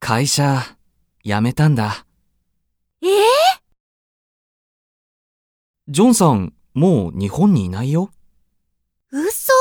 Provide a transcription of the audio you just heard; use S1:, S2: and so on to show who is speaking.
S1: 会社、辞めたんだ。
S2: ええ
S1: ジョンさん、もう日本にいないよ。
S2: 嘘